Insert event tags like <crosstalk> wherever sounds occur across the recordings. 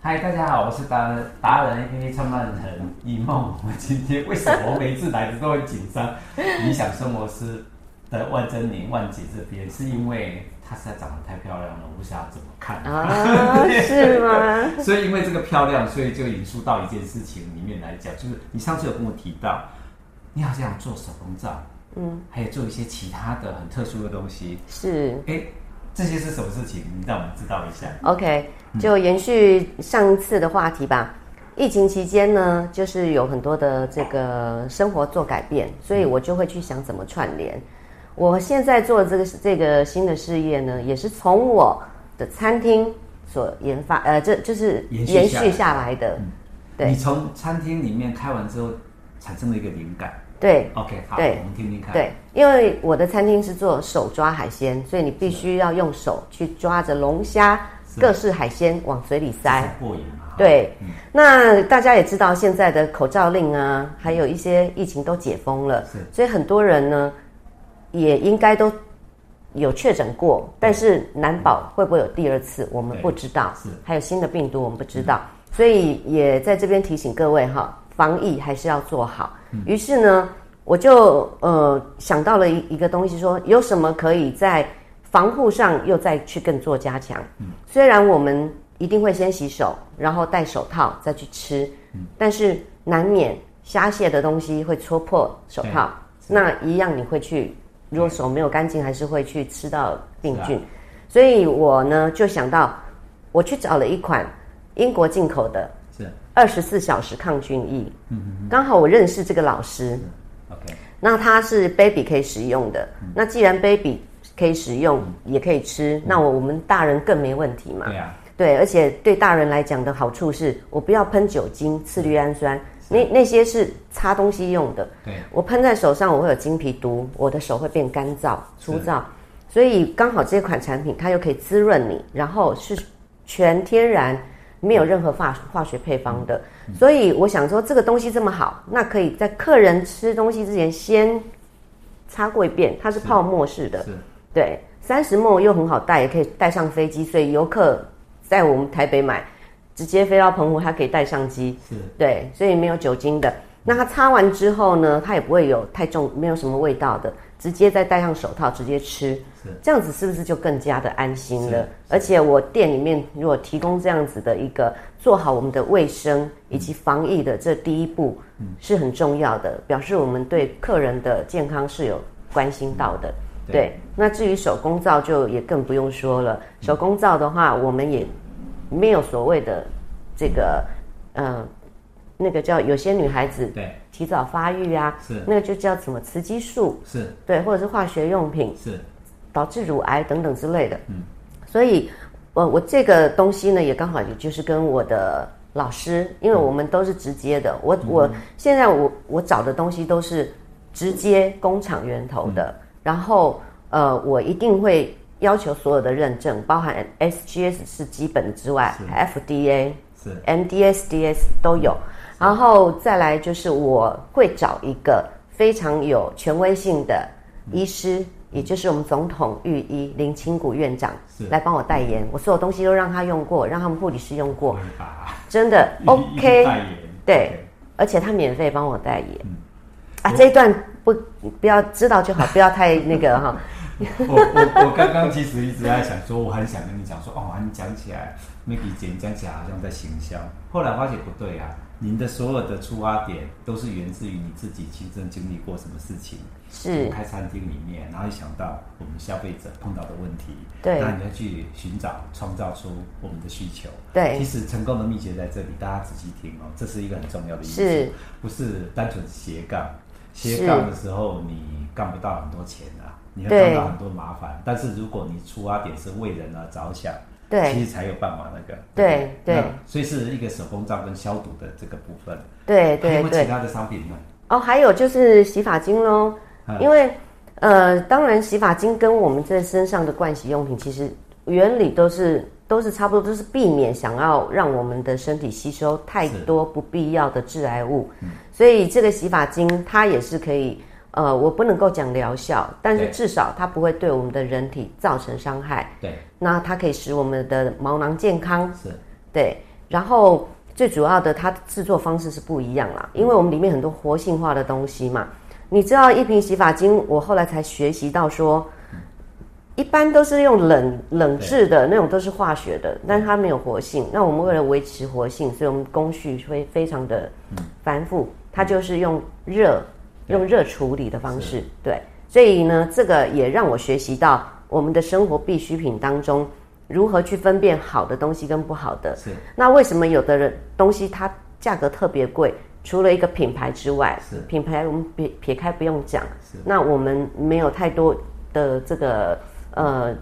嗨，大家好，我是达人达人 APP 创办人一梦。我今天为什么每次来的都很紧 <laughs> 张？理想生活师的万珍妮、万姐这边，是因为她实在长得太漂亮了，我不知道怎么看。 <laughs> 啊，是吗？所以因为这个漂亮，所以就引述到一件事情里面来讲，就是你上次有跟我提到，你好像有做手工皂，嗯，还有做一些其他的很特殊的东西。是。哎，这些是什么事情？你让我们知道一下。 OK，就嗯延续上次的话题吧。疫情期间呢，就是有很多的这个生活做改变，所嗯以我就会去想怎么串联。我现在做的这个这个新的事业呢，也是从我的餐厅所研发，呃，这就是延续延下续来嗯下来的。对你从餐厅里面开完之后，产生了一个灵感。对 OK，好，对我们听听看。，对，因为我的餐厅是做手抓海鲜，所以你必须要用手去抓着龙虾、是各式海鲜往嘴里塞。过瘾嘛。哈，对嗯，那大家也知道，现在的口罩令啊，还有一些疫情都解封了是，所以很多人呢也应该都有确诊过，嗯但是难保会不会有第二次，我们对不知道是，嗯还有新的病毒我们不知道，所以也在这边提醒各位哈，防疫还是要做好。嗯于是呢，我就呃想到了一一个东西说有什么可以在防护上又再去更做加强。虽然我们一定会先洗手，然后戴手套再去吃，但是难免虾蟹的东西会戳破手套，对那一样你会去，如果手没有干净，还是会去吃到病是啊菌。所以我呢就想到，我去找了一款英国进口的是二十四小时抗菌液，嗯刚好我认识这个老师， OK，那它是 baby 可以使用的。嗯那既然 baby 可以使用，也可以吃，那我我们大人更没问题嘛。对啊，对，而且对大人来讲的好处是，我不要喷酒精、次氯氨酸，那那些是擦东西用的。对，我喷在手上，我会有金皮毒，我的手会变干燥、粗糙。所以刚好这款产品，它又可以滋润你，然后是全天然，没有任何化化学配方的。所以我想说，这个东西这么好，那可以在客人吃东西之前先擦过一遍，它是是泡沫式的。是对，三十梦又很好带，也可以带上飞机，所以游客在我们台北买，直接飞到澎湖，它可以带上机。是对，所以没有酒精的。那它擦完之后呢，它也不会有太重，没有什么味道的，直接再戴上手套直接吃，是这样子是不是就更加的安心是了是？而且我店里面如果提供这样子的一个做好我们的卫生以及防疫的这第一步嗯是很重要的，表示我们对客人的健康是有关心到的。嗯对嗯对，那至于手工皂就也更不用说了。手工皂的话，我们也没有所谓的这个，呃，那个叫有些女孩子对，提早发育啊，是那个就叫什么雌激素，是对，或者是化学用品是导致乳癌等等之类的。嗯，所以我我这个东西呢，也刚好也就是跟我的老师，因为我们都是直接的，我我现在我我找的东西都是直接工厂源头的，然后呃，我一定会。要求所有的认证，包含 SGS 是基本的之外是，FDA 是 MDS、DS 都有。然后再来就是我会找一个非常有权威性的医师，嗯也就是我们总统御医林清谷院长是嗯来帮我代言。我所有东西都让他用过，让他们护理师用过，违法真的 <laughs> 一一 <laughs> OK 代。言对 OK 嗯而且他免费帮我代言。啊，我这一段不不要知道就好，不要太那个 <laughs> 哈。我我我刚刚其实一直在想说，我很想跟你讲说，哦，你讲起来，Maggie 姐你讲起来好像在行销，后来发现不对啊，您的所有的出发点都是源自于你自己亲身经历过什么事情，是开餐厅里面，然后一想到我们消费者碰到的问题，对那你要去寻找创造出我们的需求，对其实成功的秘诀在这里，大家仔细听哦，这是一个很重要的因素，是不是单纯斜杠，是斜杠的时候你干不到很多钱啊，你要对碰到很多麻烦。但是如果你出发点是为人而着想，对其实才有办法那个。对不对那所以是一个手工皂跟消毒的这个部分。对还有对没有对其。他的商品呢？哦，还有就是洗发精喽，嗯因为呃，当然洗发精跟我们在身上的盥洗用品其实原理都是都是差不多，都是避免想要让我们的身体吸收太多不必要的致癌物，所以这个洗发精它也是可以。呃，我不能够讲疗效，但是对至少它不会对我们的人体造成伤害。对，那它可以使我们的毛囊健康，是对，然后最主要的，它制作方式是不一样啦，因为我们里面很多活性化的东西嘛。你知道一瓶洗发精，我后来才学习到说，一般都是用冷冷制的那种，都是化学的，但是它没有活性。那我们为了维持活性，所以我们工序会非常的繁复，它就是用热对用热处理的方式，对。所以呢，这个也让我学习到我们的生活必需品当中如何去分辨好的东西跟不好的。是那为什么有的人东西它价格特别贵？除了一个品牌之外是，品牌我们撇撇开不用讲是，那我们没有太多的这个呃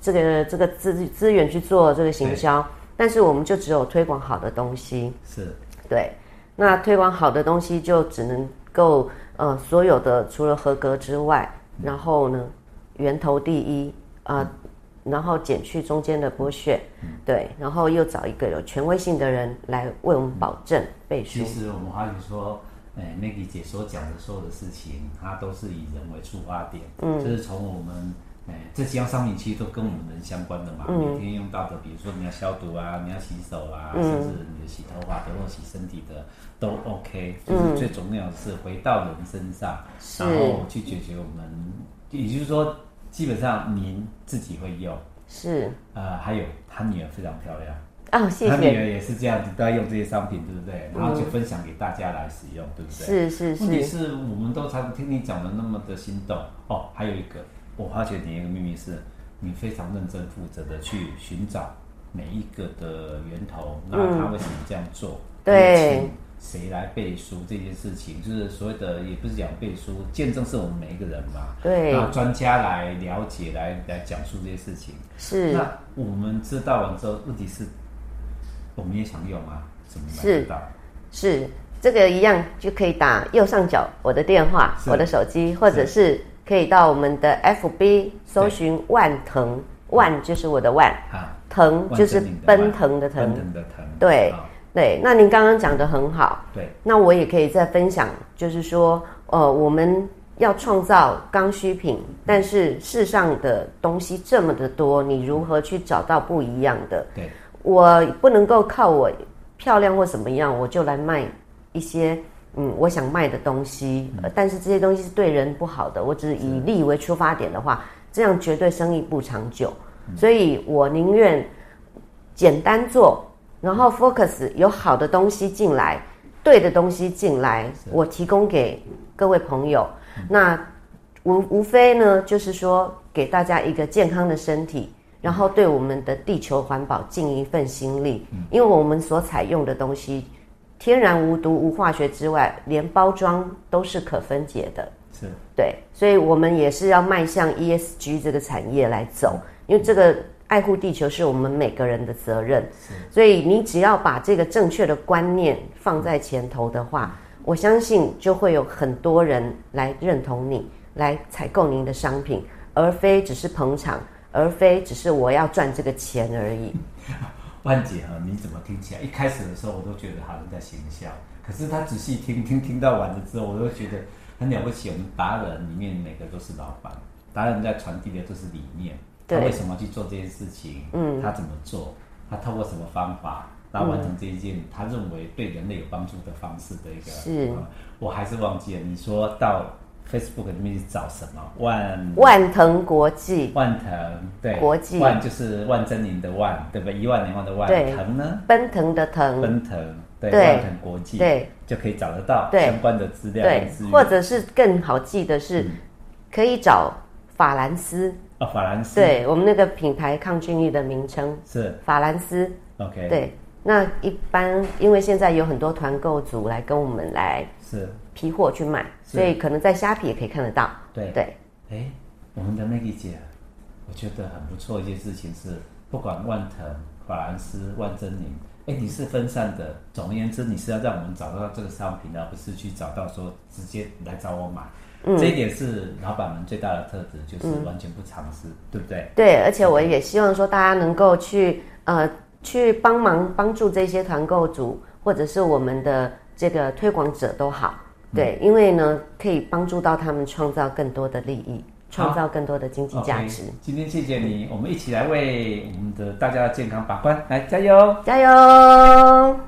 这个这个资资源去做这个行销，但是我们就只有推广好的东西，是对，那推广好的东西就只能够呃所有的除了合格之外，然后呢源头第一啊、然后减去中间的剥削，对，然后又找一个有权威性的人来为我们保证背书其，实我们华语说，哎、m a g g i e 姐所讲的所有的事情，它都是以人为出发点，嗯，就是从我们。哎，这几样商品其实都跟我们人相关的嘛，每天用到的，比如说你要消毒啊，你要洗手啊，甚至你的洗头发的或洗身体的都 OK，就是最重要的是回到人身上，是然后去解决我们，也就是说，基本上您自己会用，是呃，还有她女儿非常漂亮，啊、谢她女谢，儿也是这样子，都要用这些商品，对不对？然后就分享给大家来使用，对不对？是是问题是，是我们都常听你讲的那么的心动哦。还有一个，我发觉你一个秘密是，你非常认真负责的去寻找每一个的源头，那他为什么这样做？对有请谁来背书这件事情，就是所谓的也不是讲背书，见证是我们每一个人嘛。对那专家来了解，来来讲述这些事情。是那我们知道完之后，问题是，我们也想用啊，怎么买是得到？是这个一样就可以打右上角我的电话，是我的手机，或者是可以到我们的 FB 搜寻万腾，万就是我的万，啊，腾就是奔腾的奔腾。腾的腾，对啊对，那您刚刚讲的很好，对，那我也可以再分享，就是说，呃，我们要创造刚需品，但是世上的东西这么的多，你如何去找到不一样的？对，我不能够靠我漂亮或怎么样，我就来卖一些嗯我想卖的东西、呃但是这些东西是对人不好的，我只是以利为出发点的话，这样绝对生意不长久。所以我宁愿简单做，然后 focus 有好的东西进来，对的东西进来，我提供给各位朋友。那无无非呢，就是说给大家一个健康的身体，然后对我们的地球环保尽一份心力。因为我们所采用的东西，天然无毒无化学之外，连包装都是可分解的。是对，所以我们也是要迈向 ESG 这个产业来走，因为这个爱护地球是我们每个人的责任。所以你只要把这个正确的观念放在前头的话，我相信就会有很多人来认同你，来采购您的商品，而非只是捧场，而非只是我要赚这个钱而已。嗯万姐啊，你怎么听起来？一开始的时候我都觉得好像在行销，可是她仔细听听听到完了之后，我都觉得很了不起。我们达人里面每个都是老板，达人在传递的都是理念，他对为什么去做这件事情？嗯，他怎么做？他透过什么方法？来完成这一件他认为对人类有帮助的方式的一个。是嗯我还是忘记了你说到 Facebook 里面去找什么万万腾国际万腾对国际万就是万珍林的万，对不对？一万年后的万对腾呢？奔腾的腾，奔腾对对万腾国际对就可以找得到对相关的资料对跟资，源，或者是更好记的是，嗯可以找法兰斯。哦法兰斯对我们那个品牌抗菌力的名称，是法兰斯。 OK 对，那一般因为现在有很多团购组来跟我们来是批货去买，是所以可能在虾皮也可以看得到。对对，哎，我们的 Maggie 姐，啊我觉得很不错一件事情是，不管万腾、法兰斯、万珍妮，哎，你是分散的。总而言之，你是要让我们找到这个商品，而不是去找到说直接来找我买。嗯这一点是老板们最大的特质，就是完全不尝试，对不对？对，而且我也希望说大家能够去呃去帮忙帮助这些团购组或者是我们的这个推广者都好，对，因为呢可以帮助到他们创造更多的利益。创造更多的经济价值。嗯 OK，今天谢谢你，我们一起来为我们的大家的健康把关，来加油！加油！